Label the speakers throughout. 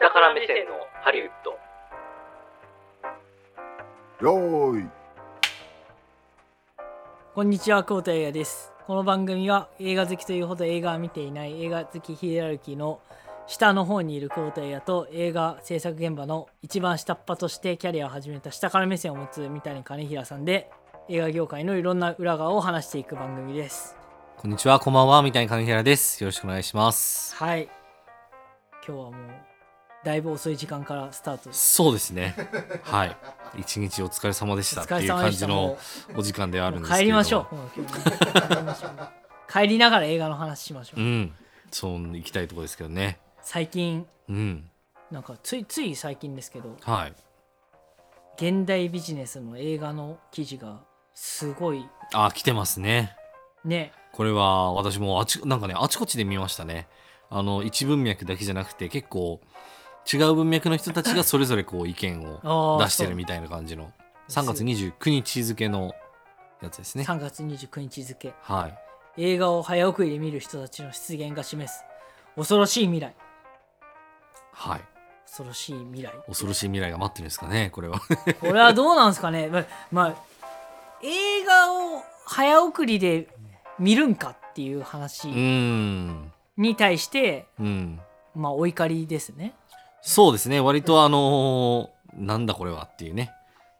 Speaker 1: 下から目線のハリウッド
Speaker 2: よーい
Speaker 3: こんにちは、久保田映画です。この番組は映画好きというほど映画は見ていない映画好きヒエラルキーの下の方にいる久保田映画と映画制作現場の一番下っ端としてキャリアを始めた下から目線を持つ三谷兼平さんで映画業界のいろんな裏側を話していく番組です。
Speaker 4: こんにちは、こんばんは、みたいな金平です。よろしくお願いします。
Speaker 3: はい。今日はもうだいぶ遅い時間からスタートです。
Speaker 4: そうです ね。はい。一日お疲れ様でしたっていう感じのお時間ではあ
Speaker 3: も
Speaker 4: るん
Speaker 3: う
Speaker 4: ですけれど。
Speaker 3: 帰りましょう。もう帰りましょう 帰りながら映画の話しましょう。
Speaker 4: うん。そう、行きたいとこですけどね。
Speaker 3: 最近
Speaker 4: うん。
Speaker 3: なんかついつい最近ですけど
Speaker 4: はい。
Speaker 3: 現代ビジネスの映画の記事がすごい
Speaker 4: あ、来てますね。
Speaker 3: ね
Speaker 4: これは私もあち、なんかね、あちこちで見ましたね。あの、一文脈だけじゃなくて、結構、違う文脈の人たちがそれぞれこう意見
Speaker 3: あ
Speaker 4: を
Speaker 3: ー
Speaker 4: 出してるみたいな感じの
Speaker 3: そう
Speaker 4: 3月29日付のやつですね。
Speaker 3: 3月29日付
Speaker 4: はい。
Speaker 3: 映画を早送りで見る人たちの出現が示す恐ろしい未来
Speaker 4: はい。
Speaker 3: 恐ろしい未来
Speaker 4: 恐ろしい未来が待ってるんですかね、これは。
Speaker 3: これはどうなんですかね ままあ映画を早送りで見るんかっていう
Speaker 4: う
Speaker 3: 話
Speaker 4: ーん。
Speaker 3: に対して、
Speaker 4: うん。
Speaker 3: まあお怒りですね
Speaker 4: そうですね、割とあのーなんだこれはっていうね、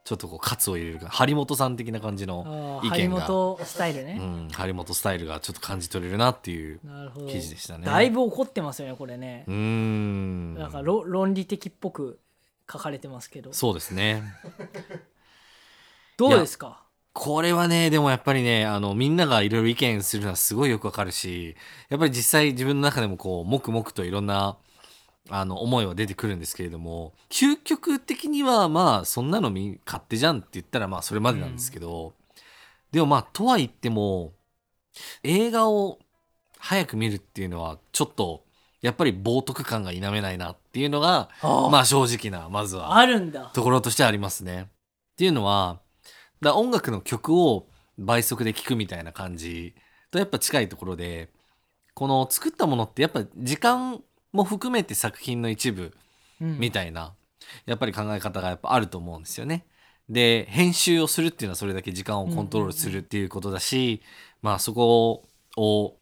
Speaker 4: ちょっとこう、喝を入れるか、張本さん的な感じの、
Speaker 3: あ
Speaker 4: 意
Speaker 3: ー張
Speaker 4: 見が
Speaker 3: 本スタイル
Speaker 4: う
Speaker 3: ね、
Speaker 4: ん、張本スタイルがちょっと感じ取れるなっていう。
Speaker 3: なるほど
Speaker 4: 記事でしたね
Speaker 3: だいぶ怒ってますよねこれね
Speaker 4: うーん。
Speaker 3: なんかろ論理的っぽく書かれてますけど
Speaker 4: そうですね。
Speaker 3: どうですか
Speaker 4: これはね、でもやっぱりね、あの、みんながいろいろ意見するのはすごいよくわかるし、やっぱり実際自分の中でもこう、黙々といろんな、あの、思いは出てくるんですけれども、究極的には、まあ、そんなのみ勝手じゃんって言ったら、まあ、それまでなんですけど、でもまあ、とは言っても、映画を早く見るっていうのは、ちょっと、やっぱり冒涜感が否めないなっていうのが、
Speaker 3: あ
Speaker 4: まあ、正直な、まずは。
Speaker 3: あるんだ
Speaker 4: ところとしてはありますね。っていうのは、だ音楽の曲を倍速で聴くみたいな感じとやっぱ近いところで、この作ったものってやっぱ時間も含めて作品の一部み
Speaker 3: た
Speaker 4: たいな、やっぱり考え方がやっぱあると思うんですよね。で、編集をするっていうのはそれだけ時間をコントロールするっていうことだし、まあそこを、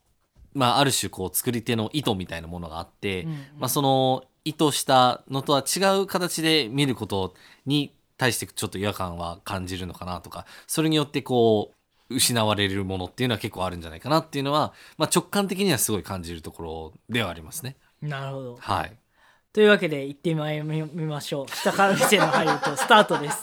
Speaker 4: まあある種こう作り手の意図みたいなものがあって、まあ、その意図したのとは違う形で見ることに対してちょっと違和感は感じるのかなとかそれによってこう失われるものっていうのは結構あるんじゃないかなっていうのは、まあ、直感的にはすごい感じるところではありますね。
Speaker 3: なるほど
Speaker 4: はい、
Speaker 3: というわけで行ってまいりましょう下から見せの入るとスタートです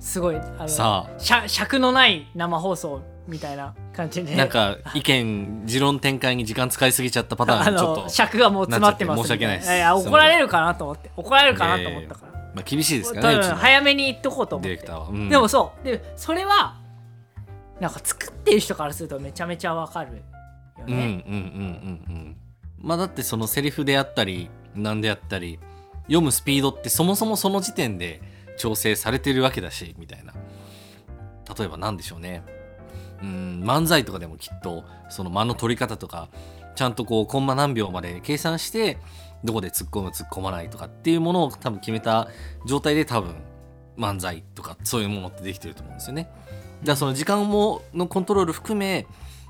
Speaker 3: すごいあの
Speaker 4: さ
Speaker 3: しゃ尺のない生放送みたいな感じで
Speaker 4: あなんか意見持論展開に時間使いすぎちゃったパタ
Speaker 3: あ
Speaker 4: ーンちょっと
Speaker 3: の、尺がもう詰まってます
Speaker 4: なっちゃって申し訳ないです
Speaker 3: やや怒られるかなと思って怒られるかなと思ったから、
Speaker 4: まあ、厳しいですか
Speaker 3: 多
Speaker 4: らねうち
Speaker 3: 分
Speaker 4: の
Speaker 3: 早めに言っとこうと思
Speaker 4: デ
Speaker 3: っ
Speaker 4: ィレ
Speaker 3: て
Speaker 4: クターは。うん
Speaker 3: でもそうでそれはなんか作ってる人からするとめちゃめちゃわかるよ
Speaker 4: うんうんうん
Speaker 3: ね、
Speaker 4: うんうんまあだってそのセリフであったり何であったり読むスピードってそもそもその時点で調整されてるわけだしみたいな例えば何でしょうねうん漫才とかでもきっとその間の取り方とかちゃんとこうコンマ何秒まで計算してどこで突っ込む突っ込まないとかっていうものを多分決めた状態で多分漫才とかそういうものってできてると思うんですよね。だからその時間ものコントロール含め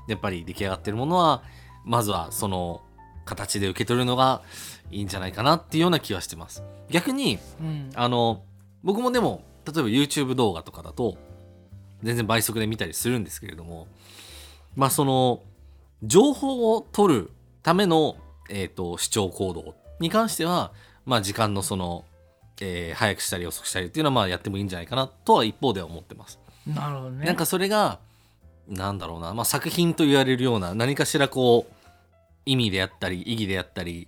Speaker 4: やっぱり出来上がってるものはまずはその形で受け取るのがいいんじゃないかなっていうような気はしてます。逆に
Speaker 3: うん
Speaker 4: あの僕もでも例えば YouTube 動画とかだと全然倍速で見たりするんですけれどもまあその情報を取るための、えー、と視聴行動に関しては、まあ、時間のその、えー早くしたり遅くしたりっていうのはまあやってもいいんじゃないかなとは一方では思ってます。
Speaker 3: なるほどね
Speaker 4: なんかそれがなんだろうな、まあ、作品と言われるような何かしらこう意味であったり意義であったり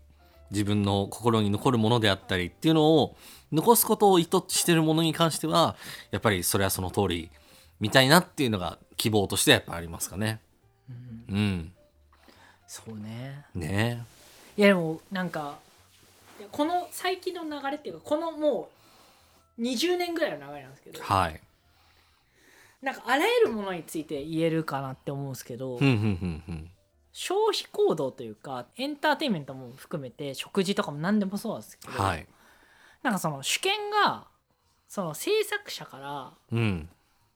Speaker 4: 自分の心に残るものであったりっていうのを残すことを意図してるものに関してはやっぱりそれはその通り見たいなっていうのが希望としてはやっぱありますかね。
Speaker 3: うん
Speaker 4: うん、
Speaker 3: そうね
Speaker 4: ね
Speaker 3: いやでもなんかいやこの最近の流れっていうかこのもう20年ぐらいの流れなんですけど
Speaker 4: はい。
Speaker 3: なんかあらゆるものについて言えるかなって思うんですけど、
Speaker 4: うんうんうんうん
Speaker 3: 消費行動というかエンターテインメントも含めて食事とかも何でもそうなんですけど、
Speaker 4: はい
Speaker 3: なんかその主権がその制作者から
Speaker 4: うん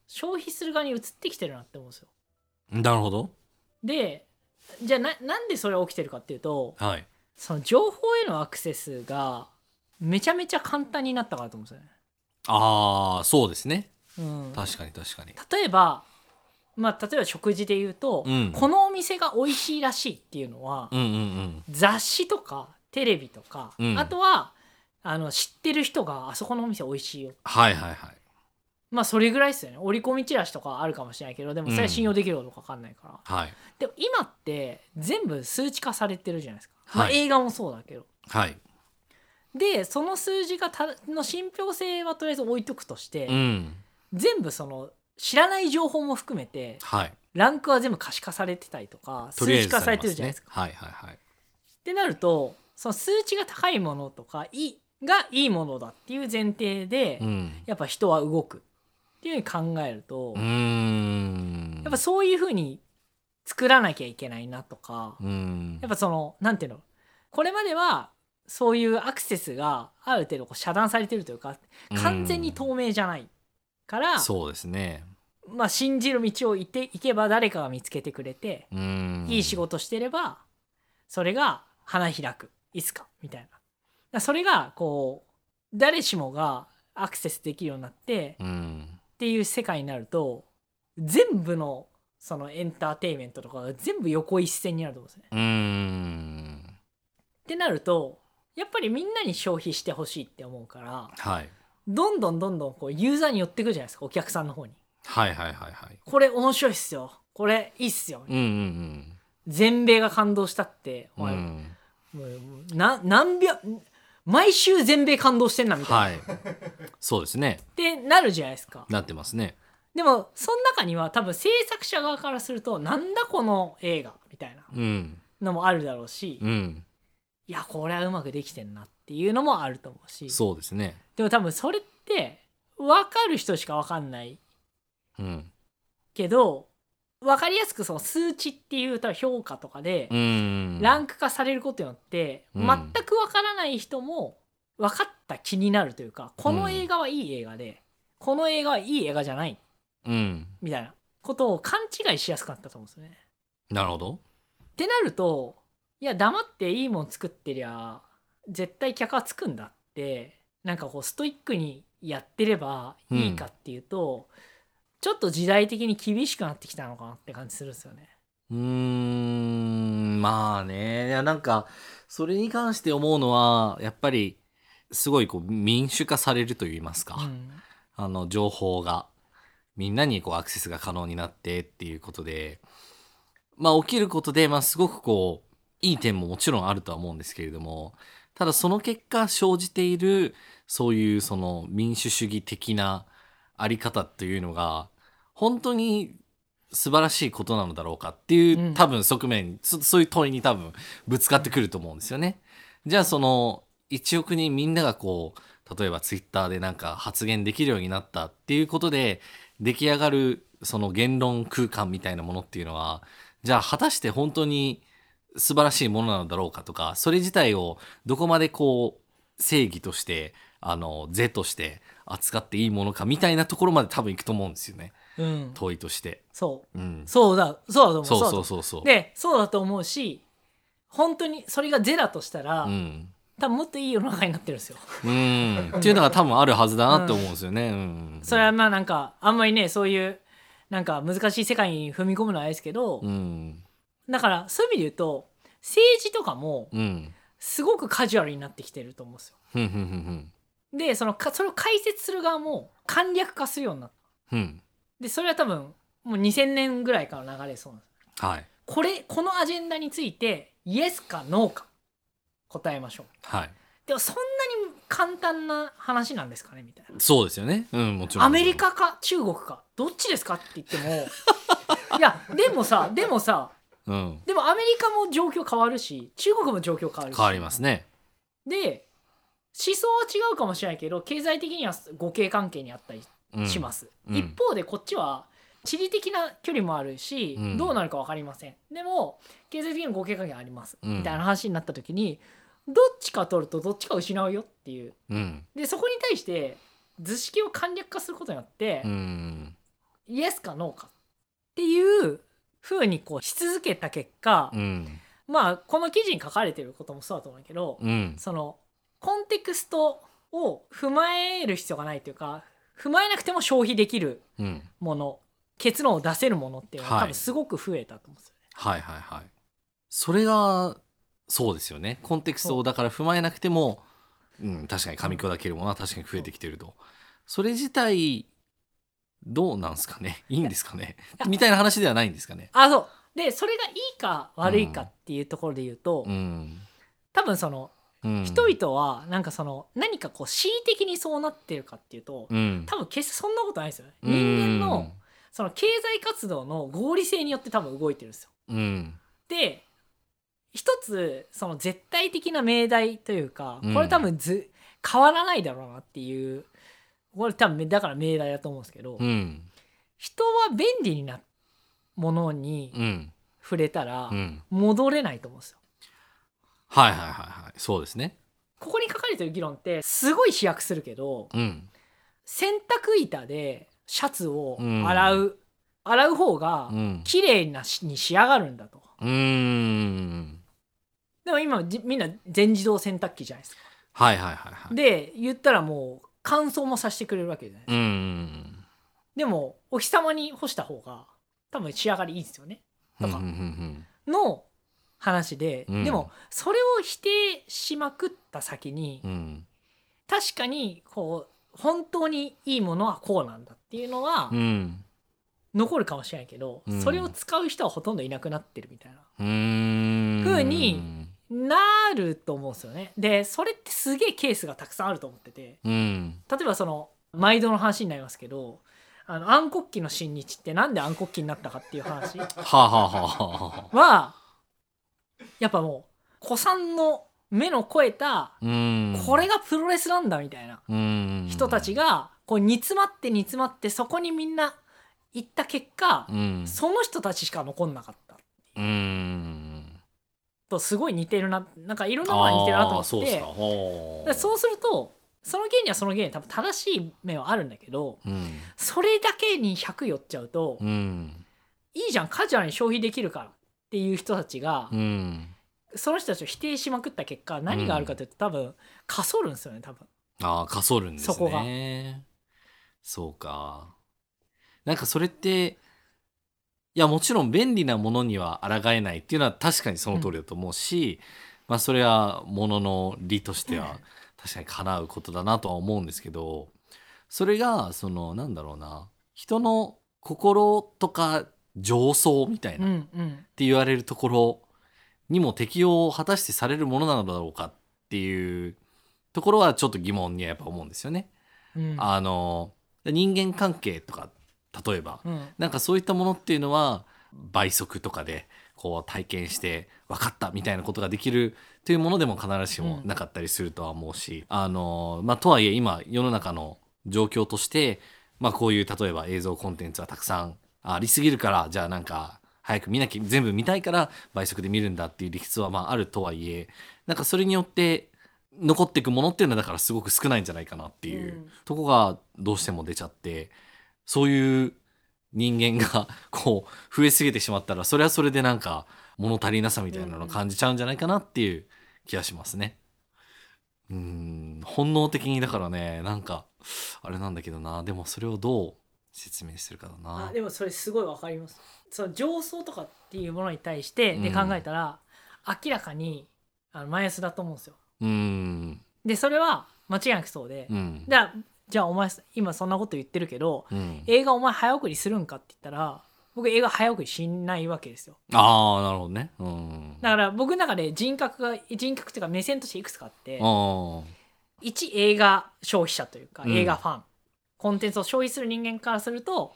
Speaker 3: 消費する側に移ってきてるなって思うんですよ。
Speaker 4: なるほど
Speaker 3: でじゃあななんでそれが起きてるかっていうと
Speaker 4: はい
Speaker 3: その情報へのアクセスがめちゃめちゃ簡単になったからだと思うんです
Speaker 4: ああそうですね
Speaker 3: よね。うん、
Speaker 4: 確かに確かに
Speaker 3: 例えばまあ例えば食事で言うと、
Speaker 4: うん
Speaker 3: このお店が美味しいらしいっていうのは、
Speaker 4: うんうん
Speaker 3: 雑誌とかテレビとか、
Speaker 4: うん
Speaker 3: あとはあの知ってる人があそこのお店美味しいよ
Speaker 4: はいはいはい
Speaker 3: まあそれぐらいですよね折り込みチラシとかあるかもしれないけどでもそれは信用できるかどうか分かんないから、
Speaker 4: はい
Speaker 3: でも今って全部数値化されてるじゃないですか、まあ
Speaker 4: はい
Speaker 3: 映画もそうだけど
Speaker 4: はい
Speaker 3: でその数字がたの信憑性はとりあえず置いとくとして、
Speaker 4: うん
Speaker 3: 全部その知らない情報も含めて
Speaker 4: はい
Speaker 3: ランクは全部可視化されてたりとか
Speaker 4: と
Speaker 3: 数
Speaker 4: りあ
Speaker 3: 値
Speaker 4: えず
Speaker 3: 化されてるじゃないですか。
Speaker 4: かはいはいはい
Speaker 3: ってなるとその数値が高いものとかいいがいいものだっていう前提で、
Speaker 4: うん
Speaker 3: やっぱ人は動くっていうふうに考えると、
Speaker 4: うー
Speaker 3: や
Speaker 4: ん
Speaker 3: っぱそういうふうに作らなきゃいけないなとか、
Speaker 4: うん
Speaker 3: やっぱそのなんていうのこれまではそういうアクセスがある程度こう遮断されてるというか完全に
Speaker 4: うん
Speaker 3: 透明じゃないから、
Speaker 4: そうですね
Speaker 3: まあ、信じる道を行っていけば誰かが見つけてくれて、
Speaker 4: うん
Speaker 3: いい仕事してればそれが花開くいつかみたいなだからそれがこう誰しもがアクセスできるようになって
Speaker 4: うん
Speaker 3: っていう世界になると全部のそのエンターテインメントとかが全部横一線になると思うんですね。
Speaker 4: うん
Speaker 3: ってなるとやっぱりみんなに消費してほしいって思うから
Speaker 4: はい
Speaker 3: どんどんどんどんこうユーザーに寄ってくじゃないですかお客さんの方に。
Speaker 4: はいはいはいはい
Speaker 3: これ面白いっすよこれいいっすよ、
Speaker 4: うんうん
Speaker 3: 全米が感動したって、
Speaker 4: うん
Speaker 3: お
Speaker 4: う
Speaker 3: 前
Speaker 4: ん
Speaker 3: もうもうな何百毎週全米感動してんなみたいな、
Speaker 4: は
Speaker 3: っ
Speaker 4: いそうですね
Speaker 3: てなるじゃないですか
Speaker 4: なってますね
Speaker 3: でもその中には多分制作者側からするとなんだこの映画みたいな
Speaker 4: うん
Speaker 3: のもあるだろうし、
Speaker 4: う
Speaker 3: い
Speaker 4: ん
Speaker 3: やこれはうまくできてんなっていうのもあると思うし
Speaker 4: そうですね
Speaker 3: でも多分それって分かる人しか分かんない
Speaker 4: うん
Speaker 3: けど分かりやすくその数値っていう多分評価とかで
Speaker 4: うん
Speaker 3: ランク化されることによって、
Speaker 4: うん
Speaker 3: 全くわからない人も分かった気になるというかこの映画はいい映画で、この映画はいい映画じゃない
Speaker 4: うん
Speaker 3: みたいなことを勘違いしやすくなったと思うんですよね。
Speaker 4: なるほど
Speaker 3: ってなるといや黙っていいもん作ってりゃ絶対客はつくんだってなんかこうストイックにやってればいいかっていうと、ちょっと時代的に厳しくなってきたのかなって感じするんですよね。
Speaker 4: うーんまあねいやなんかそれに関して思うのはやっぱりすごいこう民主化されると言いますか、
Speaker 3: うん
Speaker 4: あの情報がみんなにこうアクセスが可能になってっていうことでまあ起きることで、まあ、すごくこういい点ももちろんあるとは思うんですけれどもただその結果生じているそういうその民主主義的なあり方というのが本当に素晴らしいことなのだろうかっていう、
Speaker 3: うん
Speaker 4: 多分側面そそういう問いに多分ぶつかってくると思うんですよね。じゃあその1億人みんながこう例えばツイッターでなんか発言できるようになったっていうことで出来上がるその言論空間みたいなものっていうのはじゃあ果たして本当に素晴らしいものなのだろうかとかそれ自体をどこまでこう正義としてあの是として扱っていいものかみたいなところまで多分いくと思うんですよね
Speaker 3: うん、
Speaker 4: 問いとして。
Speaker 3: そう
Speaker 4: うん、
Speaker 3: そうだそうだと思う
Speaker 4: そう
Speaker 3: だと思
Speaker 4: そうそうそう。
Speaker 3: でそうだと思うし本当にそれがゼだとしたら、
Speaker 4: うん
Speaker 3: 多分もっといい世の中になってるんですよ。
Speaker 4: うん、っていうのが多分あるはずだなって思うんですよね。うん、
Speaker 3: それはまあなんかあんまりねそういうなんか難しい世界に踏み込むのはあれですけど、
Speaker 4: うん、
Speaker 3: だからそういう意味で言うと政治とかも
Speaker 4: うん、
Speaker 3: すごくカジュアルになってきてると思うんですよ。
Speaker 4: ふんふんふんふん
Speaker 3: でそのかそれを解説する側も簡略化するようになった。
Speaker 4: ふん、
Speaker 3: でそれは多分もう2000年ぐらいから流れそうなんです。
Speaker 4: はい、
Speaker 3: これこのアジェンダについてイエスかノーか答えましょう。
Speaker 4: はい、
Speaker 3: でもそんなに簡単な話なんですかねみたいな。
Speaker 4: そうですよね。うん、もちろん。
Speaker 3: アメリカか中国かどっちですかって言っても いやでもさでもさ
Speaker 4: うん、
Speaker 3: でもアメリカも状況変わるし中国も状況変わるし
Speaker 4: 変わりますね。
Speaker 3: で思想は違うかもしれないけど経済的には互恵関係にあったり
Speaker 4: うん、
Speaker 3: します、
Speaker 4: うん
Speaker 3: 一方でこっちは地理的な距離もあるし、
Speaker 4: うん
Speaker 3: どうなるか分かりませんでも経済的にも合計関係あります、
Speaker 4: うん
Speaker 3: みたいな話になった時にどっちか取るとどっちか失うよっていう
Speaker 4: うん
Speaker 3: でそこに対して図式を簡略化することによって、
Speaker 4: うん
Speaker 3: イエスかノーかっていう風にこうし続けた結果、
Speaker 4: うん
Speaker 3: まあこの記事に書かれてることもそうだと思うんだけど、
Speaker 4: うん
Speaker 3: そのコンテクストを踏まえる必要がないというか踏まえなくても消費できる
Speaker 4: うん
Speaker 3: もの結論を出せるものっていうのは、
Speaker 4: はい
Speaker 3: 多分すごく増えたと思うんですよね。
Speaker 4: はいはいはいそれがそうですよねコンテクストをだから踏まえなくても、うん、確かに噛み砕けるものは確かに増えてきてるとそれ自体どうなんすかねいいんですかね
Speaker 3: や
Speaker 4: みたいな話ではないんですかね
Speaker 3: あそうでそれがいいか悪いかっていうところで言うと、
Speaker 4: うん、
Speaker 3: 多分その
Speaker 4: うん、
Speaker 3: 人々はなんかその何かこう恣意的にそうなってるかっていうと、
Speaker 4: うん
Speaker 3: 多分決してそんなことないですよね。
Speaker 4: うん
Speaker 3: 人間の、その経済活動の合理性によって多分動いてるんですよ。
Speaker 4: うん
Speaker 3: で一つその絶対的な命題というか
Speaker 4: うん
Speaker 3: これ多分ず、変わらないだろうなっていうこれ多分だから命題だと思うんですけど、
Speaker 4: うん
Speaker 3: 人は便利になものに
Speaker 4: うん
Speaker 3: 触れたら
Speaker 4: うん
Speaker 3: 戻れないと思うんですよ。
Speaker 4: はいはいはいはいそうですね
Speaker 3: ここに書かれてる議論ってすごい飛躍するけど
Speaker 4: うん
Speaker 3: 洗濯板でシャツを洗う、洗う方が
Speaker 4: うん
Speaker 3: 綺麗なしに仕上がるんだと。
Speaker 4: うん
Speaker 3: でも今じみんな全自動洗濯機じゃないですか。
Speaker 4: はいはいはいはい
Speaker 3: で言ったらもう乾燥もさせてくれるわけじゃないですか。
Speaker 4: うん
Speaker 3: でもお日様に干した方が多分仕上がりいいですよね。とか
Speaker 4: うんうん
Speaker 3: の話で、
Speaker 4: うん
Speaker 3: でもそれを否定しまくった先に、
Speaker 4: うんうん
Speaker 3: 確かにこう本当にいいものはこうなんだっていうのは
Speaker 4: うん
Speaker 3: 残るかもしれないけど、
Speaker 4: うん
Speaker 3: それを使う人はほとんどいなくなってるみたいな。
Speaker 4: うーん
Speaker 3: 風になると思うんですよね。でそれってすげえケースがたくさんあると思ってて。
Speaker 4: うん
Speaker 3: 例えばその毎度の話になりますけどあの暗黒期の新日ってなんで暗黒期になったかっていう話
Speaker 4: はあ、はあはあはあ、
Speaker 3: はやっぱもう古参の目の超えた
Speaker 4: うん
Speaker 3: これがプロレスなんだみたいな
Speaker 4: うん
Speaker 3: 人たちがこう煮詰まって煮詰まってそこにみんな行った結果
Speaker 4: うん
Speaker 3: その人たちしか残んなかった
Speaker 4: うん
Speaker 3: とすごい似てるななんかいろんなものが似てるなと
Speaker 4: あ
Speaker 3: 思
Speaker 4: あ
Speaker 3: って
Speaker 4: そうっすかほ
Speaker 3: だからそうするとその芸にはその芸に多分正しい面はあるんだけど
Speaker 4: うん
Speaker 3: それだけに100寄っちゃうと、
Speaker 4: うん
Speaker 3: いいじゃんカジュアルに消費できるからっていう人たちが、
Speaker 4: うん
Speaker 3: その人たちを否定しまくった結果何があるかというと多分かそるんですよね多分
Speaker 4: ああかそるんですね
Speaker 3: そこが
Speaker 4: そうかなんかそれっていやもちろん便利なものには抗えないっていうのは確かにその通りだと思うし、まあそれはものの理としては確かに叶うことだなとは思うんですけどそれがそのなんだろうな人の心とか情操みたいな
Speaker 3: う
Speaker 4: っ
Speaker 3: んうん
Speaker 4: て言われるところにも適用を果たしてされるものなのだろうかっていうところはちょっと疑問にはやっぱ思うんですよね。
Speaker 3: うん
Speaker 4: あの人間関係とか例えば
Speaker 3: うん
Speaker 4: なんかそういったものっていうのは倍速とかでこう体験して分かったみたいなことができるというものでも必ずしも
Speaker 3: うん
Speaker 4: なかったりするとは思うし、あのまあ、とはいえ今世の中の状況として、まあ、こういう例えば映像コンテンツはたくさんありすぎるからじゃあなんか早く見なきゃ全部見たいから倍速で見るんだっていう理屈はまああるとはいえなんかそれによって残っていくものっていうのはだからすごく少ないんじゃないかなっていう。
Speaker 3: うん
Speaker 4: とこがどうしても出ちゃってそういう人間が こう増えすぎてしまったらそれはそれでなんか物足りなさみたいなのを感じちゃうんじゃないかなっていう気がしますね。うん本能的にだからねなんかあれなんだけどなでもそれをどう説明するかだ
Speaker 3: あ
Speaker 4: な。
Speaker 3: でもそれすごいわかりますその上層とかっていうものに対してで
Speaker 4: う
Speaker 3: 考
Speaker 4: ん
Speaker 3: えたら、明らかにあのマイナスだと思うんですよ
Speaker 4: うん
Speaker 3: でそれは間違いなくそうで、
Speaker 4: うん
Speaker 3: だからじゃあお前今そんなこと言ってるけど
Speaker 4: うん、
Speaker 3: 映画お前早送りするんかって言ったら僕映画早送りしないわけですよ
Speaker 4: ああなるほどね。うん、
Speaker 3: だ
Speaker 4: あ
Speaker 3: から僕の中で人格が人格というか目線としていくつかあって
Speaker 4: ー
Speaker 3: 一映画消費者というか
Speaker 4: うん
Speaker 3: 映画ファン、コンテンツを消費する人間からすると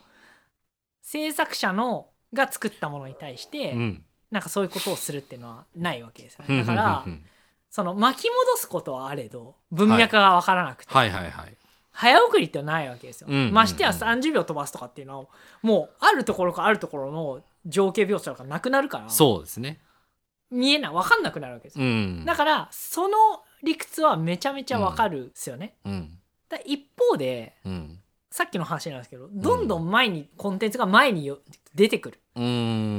Speaker 3: 制作者のが作ったものに対して、
Speaker 4: うん
Speaker 3: なんかそういうことをするっていうのはないわけですよ
Speaker 4: うん
Speaker 3: ねだから
Speaker 4: うん
Speaker 3: その巻き戻すことはあれど文脈が分からなくて、
Speaker 4: はいはいはい。
Speaker 3: 早送りってないわけですよ、
Speaker 4: うんうんうん
Speaker 3: ましてや30秒飛ばすとかっていうのはもうあるところからあるところの情景描写がなくなるから
Speaker 4: そうですね。
Speaker 3: 見えない分かんなくなるわけです
Speaker 4: う
Speaker 3: よ、
Speaker 4: ん。
Speaker 3: だからその理屈はめちゃめちゃ分かるっすよね、
Speaker 4: うん。
Speaker 3: だから一方で
Speaker 4: うん。
Speaker 3: さっきの話なんですけどどんどん前に、コンテンツが前によ出てくる
Speaker 4: う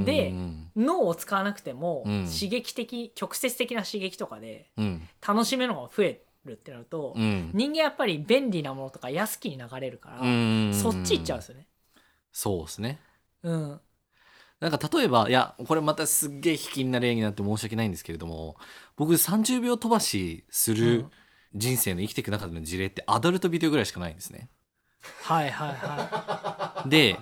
Speaker 4: ん。
Speaker 3: で
Speaker 4: うん。
Speaker 3: 脳を使わなくても、
Speaker 4: うん
Speaker 3: 刺激的直接的な刺激とかで
Speaker 4: うん。
Speaker 3: 楽しめるのが増えるってなると、
Speaker 4: うん。
Speaker 3: 人間やっぱり便利なものとか安きに流れるから、
Speaker 4: うん
Speaker 3: そっち行っちゃうんですよね。
Speaker 4: そうですね。
Speaker 3: うん、
Speaker 4: なんか例えば、いや、これまたすっげえ引きになる例になって申し訳ないんですけれども、僕30秒飛ばしす
Speaker 3: う
Speaker 4: る
Speaker 3: ん
Speaker 4: 人生の生きていく中での事例ってアダルトビデオぐらいしかないんですね。
Speaker 3: はい はいは
Speaker 4: で、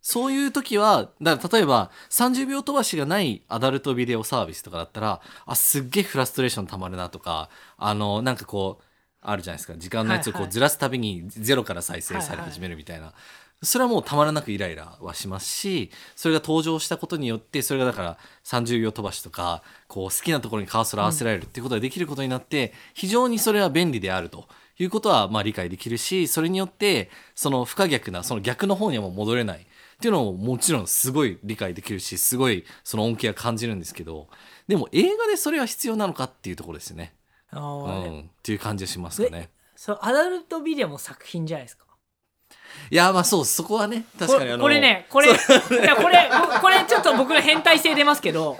Speaker 4: そういう時は、だから例えば30秒飛ばしがないアダルトビデオサービスとかだったら、あ、すっげえフラストレーション溜まるなとか、あの、なんかこう、あるじゃないですか。時間のやつ
Speaker 3: はい
Speaker 4: をこ
Speaker 3: は
Speaker 4: う
Speaker 3: い
Speaker 4: ずらすたびにゼロから再生され始めるみたいな。それはもうたまらなくイライラはしますし、それが登場したことによって、それがだから30秒飛ばしとか、こう好きなところにカーソル合わせられるっていうことができることになって、非常にそれは便利であるということはまあ理解できるし、それによって、その不可逆な、その逆の方にはもう戻れないっていうのももちろんすごい理解できるし、すごいその恩恵は感じるんですけど、でも映画でそれは必要なのかっていうところですよね。
Speaker 3: い。あの
Speaker 4: う
Speaker 3: ね
Speaker 4: ん、っていう感じがしますかね。
Speaker 3: そうアダルトビデオも作品じゃないですか。
Speaker 4: いや、まあそう、そこはね、確かにあの、
Speaker 3: これこれねこれいやこれぼこれちょっと僕の変態性出ますけど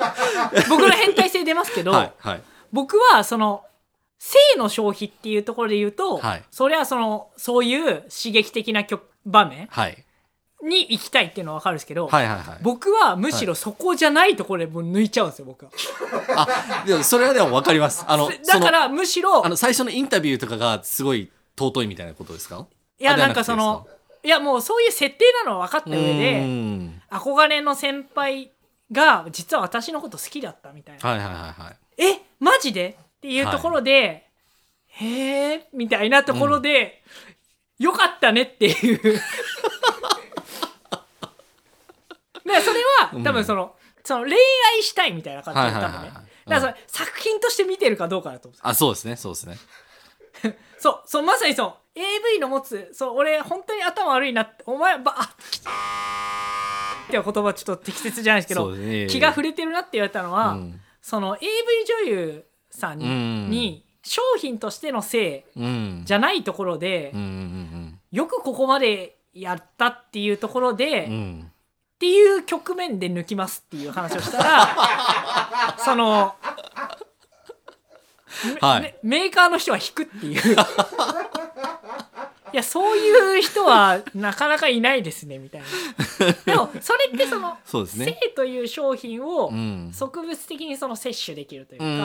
Speaker 3: 僕の変態性出ますけど、
Speaker 4: はい、はい。
Speaker 3: 僕はその性の消費っていうところで言うと、
Speaker 4: はい
Speaker 3: それはそのそういう刺激的な局場面
Speaker 4: はい。
Speaker 3: に行きたいっていうのは分かるんですけど、
Speaker 4: はいはいはい。
Speaker 3: 僕はむしろそこじゃないところでもう抜いちゃうんですよ僕は。
Speaker 4: あ、でもそれはでも分かります。あ の、
Speaker 3: だか
Speaker 4: その
Speaker 3: らむしろ
Speaker 4: あの、最初のインタビューとかがすごい尊いみたいなことですか
Speaker 3: いや
Speaker 4: あでは
Speaker 3: なん
Speaker 4: くて
Speaker 3: かそのいやもうそういう設定なのは分かった
Speaker 4: ですか
Speaker 3: 上
Speaker 4: う
Speaker 3: で
Speaker 4: ーん
Speaker 3: 憧れの先輩が実は私のこと好きだったみたいな「
Speaker 4: はいはいはいはい。
Speaker 3: えマジで?」っていうところで「へえ」みたいなところで「よかったね」っていう だからそれは多分その,、その恋愛したいみたいな感じだったの
Speaker 4: はいはい
Speaker 3: ね
Speaker 4: はいはいうん
Speaker 3: だからそれ作品として見てるかどうかだと思うんですよ
Speaker 4: あ、そうですね、そうですね。
Speaker 3: そう、そう、まさにそう。AV の持つ、そう、俺、本当に頭悪いなって、お前、ば、あっていう言葉ちょっと適切じゃないですけ
Speaker 4: そ
Speaker 3: ど、
Speaker 4: うですね
Speaker 3: 気が触れてるなって言われたのは、
Speaker 4: うん
Speaker 3: その AV 女優さんに,、
Speaker 4: うん
Speaker 3: 商品としての性
Speaker 4: うん。
Speaker 3: じゃないところで、
Speaker 4: うんうん
Speaker 3: よくここまでやったっていうところで、
Speaker 4: うんうん。う
Speaker 3: っ
Speaker 4: ん。
Speaker 3: ていう局面で抜きますっていう話をしたら その、
Speaker 4: はい。
Speaker 3: メメーカーの人は引くっていういやそういう人はなかなかいないですねみたいなでもそれってその
Speaker 4: そうですね。
Speaker 3: 性という商品を
Speaker 4: うん。
Speaker 3: 植物的にその摂取できるという
Speaker 4: う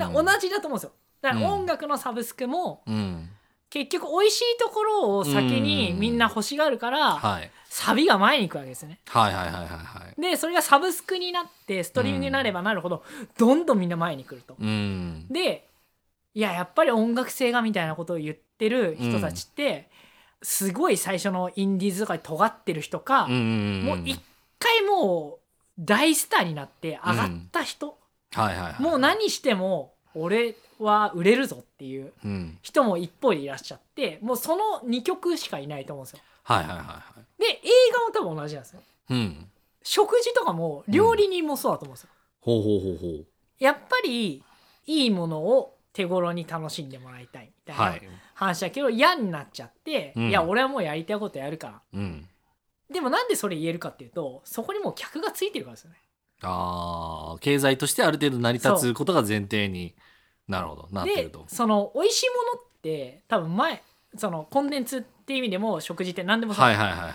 Speaker 3: か,、
Speaker 4: ん。
Speaker 3: 同じだと思うんですよだから音楽のサブスクも
Speaker 4: うん。
Speaker 3: 結局美味しいところを先にみんな欲しがるから
Speaker 4: はい。
Speaker 3: サビが前に行くわけですよね
Speaker 4: はいはいはいはいはい。
Speaker 3: でそれがサブスクになってストリーミングになればなるほどどんどんみんな前に来ると
Speaker 4: うん。
Speaker 3: でいややっぱり音楽性がみたいなことを言ってる人たちって、すごい最初のインディーズとかで尖ってる人か、
Speaker 4: うん。
Speaker 3: もう一回もう大スターになって上がった人、
Speaker 4: はいはいはい。
Speaker 3: もう何しても俺は売れるぞっていう
Speaker 4: うん。
Speaker 3: 人も一方でいらっしゃってもうその2曲しかいないと思うんですよ。
Speaker 4: はいはいはいはい。
Speaker 3: で映画も多分同じなんですよ。
Speaker 4: うん。
Speaker 3: 食事とかも料理人もそうだと思うんですよ。
Speaker 4: ほうほうほうほう。
Speaker 3: やっぱりいいものを手頃に楽しんでもらいたいみたいな、
Speaker 4: はい。
Speaker 3: 話だけど嫌になっちゃって、
Speaker 4: うん
Speaker 3: いや俺はもうやりたいことやるから
Speaker 4: うん。
Speaker 3: でもなんでそれ言えるかっていうとそこにもう客がついてるからですよね
Speaker 4: ああ、経済としてある程度成り立つことが前提になるほど、なってる
Speaker 3: で
Speaker 4: と。
Speaker 3: その美味しいものって多分前そのコンテンツっていう意味でも食事って何でもそう、
Speaker 4: はいはいはいはい。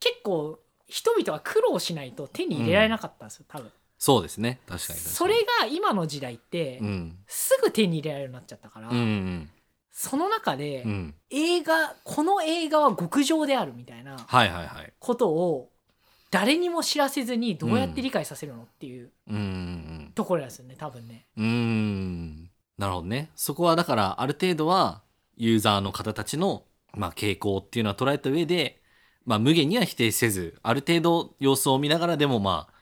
Speaker 3: 結構人々は苦労しないと手に入れられなかったんですよ多分、
Speaker 4: そうですね。確かに確かに。
Speaker 3: それが今の時代って、
Speaker 4: うん。
Speaker 3: すぐ手に入れられるようになっちゃったから、
Speaker 4: うんうん
Speaker 3: その中で、
Speaker 4: うん。うん。
Speaker 3: 映画この映画は極上であるみたいな
Speaker 4: はいはいはい。
Speaker 3: ことを誰にも知らせずにどうやって理解させるのっていう
Speaker 4: うんうん
Speaker 3: ところなんですよね多分ね
Speaker 4: うん。うん。なるほどね。そこはだから、ある程度は、ユーザーの方たちの、まあ、傾向っていうのは捉えた上で、まあ、無限には否定せず、ある程度様子を見ながらでも、まあ、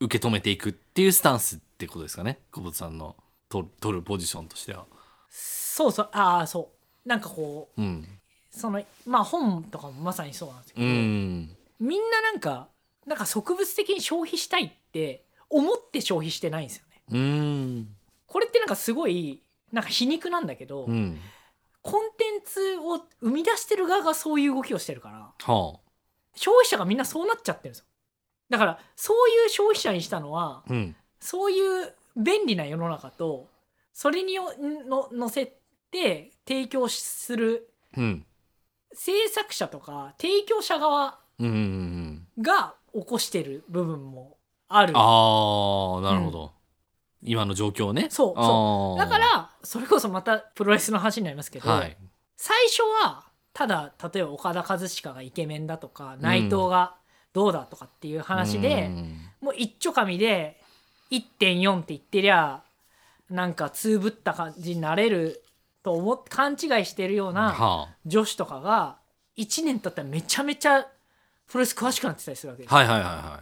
Speaker 4: 受け止めていくっていうスタンスってことですかね。久保田さんの取取るポジションとしては。
Speaker 3: そうそうああそうなんかこう
Speaker 4: うん。
Speaker 3: そのまあ本とかもまさにそうなんですけ
Speaker 4: う
Speaker 3: ど、
Speaker 4: ん
Speaker 3: みんななんかなんか植物的に消費したいって思って消費してないんですよね。
Speaker 4: うん
Speaker 3: これってなんかすごいなんか皮肉なんだけど、
Speaker 4: うん
Speaker 3: コンテンツを生み出してる側がそういう動きをしてるから
Speaker 4: は
Speaker 3: 消費者がみんなそうなっちゃってるんですよ。だからそういう消費者にしたのは
Speaker 4: あうん
Speaker 3: そういう便利な世の中とそれによの乗せて提供する
Speaker 4: うん
Speaker 3: 制作者とか提供者側
Speaker 4: うんうんうん
Speaker 3: が起こしてる部分もある
Speaker 4: ああなるほど、今の状況ね
Speaker 3: そう
Speaker 4: そ
Speaker 3: だからそれこそまたプロレスの話になりますけど、
Speaker 4: はい
Speaker 3: 最初はただ例えば岡田和親がイケメンだとか内藤がどうだとかっていう話で、
Speaker 4: うん
Speaker 3: もう一ちょかみで1.4って言ってりゃなんかつぶった感じになれると思って勘違いしてるような
Speaker 4: は
Speaker 3: 女子とかが1年経ったらめちゃめちゃプロレス詳しくなってたりするわけです
Speaker 4: あ、はいはいはいは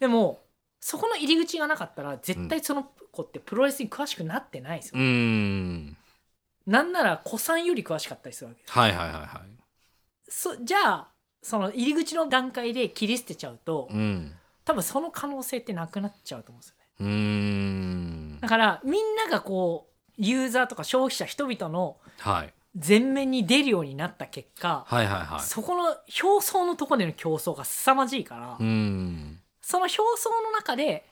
Speaker 3: でもそこの入り口がなかったら絶対その子ってプロレスに詳しくなってないんですよ
Speaker 4: い、うん
Speaker 3: なんなら子さんより詳しかったりするわけで
Speaker 4: はいはいはいは
Speaker 3: すそじゃあその入り口の段階で切り捨てちゃうと
Speaker 4: いうん
Speaker 3: 多分その可能性ってなくなっちゃうと思うんですよね
Speaker 4: うーん
Speaker 3: だからみんながこうユーザーとか消費者人々の
Speaker 4: はい
Speaker 3: 前面に出るようになった結果、
Speaker 4: はいはいは
Speaker 3: そこの表層のところでの競争が凄まじいから、
Speaker 4: いうん
Speaker 3: その表層の中で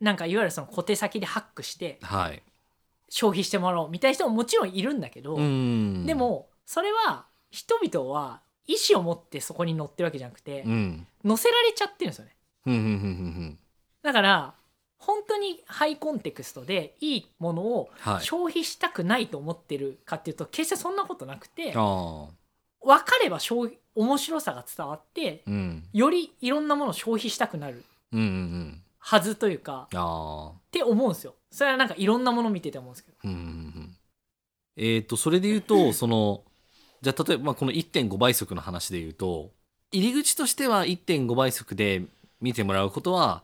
Speaker 3: なんかいわゆるその小手先でハックして
Speaker 4: はい
Speaker 3: 消費してもらおうみたいな人ももちろんいるんだけど、
Speaker 4: うん
Speaker 3: でもそれは人々は意思を持ってそこに乗ってるわけじゃなくて、
Speaker 4: うん
Speaker 3: 乗せられちゃってるんですよね。
Speaker 4: うんうんうんうん
Speaker 3: だから本当にハイコンテクストでいいものを
Speaker 4: はい
Speaker 3: 消費したくないと思ってるかっていうと決してそんなことなくて
Speaker 4: ああ
Speaker 3: 分かれば消費面白さが伝わって
Speaker 4: うん
Speaker 3: よりいろんなものを消費したくなる
Speaker 4: うんうんうん
Speaker 3: はずというかっ
Speaker 4: ああ
Speaker 3: て思うんですよ。それはなんかいろんなもの見てて思うんですけど。
Speaker 4: うんうんうんえっ、とそれで言うとそのじゃあ例えばまあこの1.5倍速の話で言うと入り口としては1.5倍速で見てもらうことは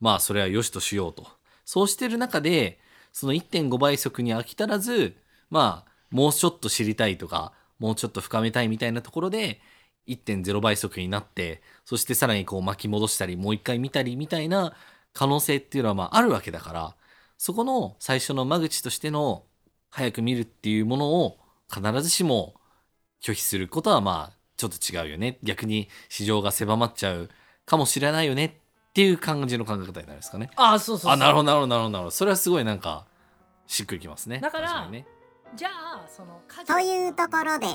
Speaker 4: まあそれは良しとしようとそうしてる中でその1.5倍速に飽き足らずまあもうちょっと知りたいとかもうちょっと深めたいみたいなところで1.0倍速になってそしてさらにこう巻き戻したりもう一回見たりみたいな可能性っていうのはまああるわけだからそこの最初の間口としての早く見るっていうものを必ずしも拒否することはまあちょっと違うよね逆に市場が狭まっちゃうかもしれないよねっていう感じの考え方になるんですかね。
Speaker 3: ああそうそうそう
Speaker 4: あなるほどなるほどなるほどなるほどそれはすごいなんかしっくりきますね。
Speaker 3: だから
Speaker 4: 確にね、
Speaker 3: じゃあその家事
Speaker 2: というところで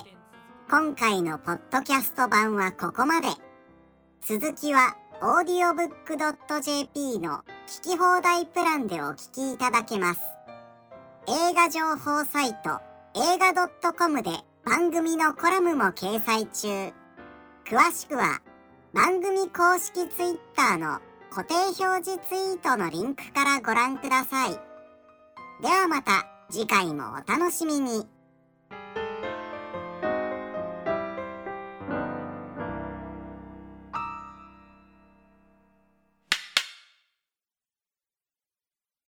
Speaker 2: 今回のポッドキャスト版はここまで続きは audiobook.jp の聞き放題プランでお聞きいただけます映画情報サイト映画 .com で番組のコラムも掲載中詳しくは番組公式 Twitter の固定表示ツイートのリンクからご覧くださいではまた次回もお楽しみに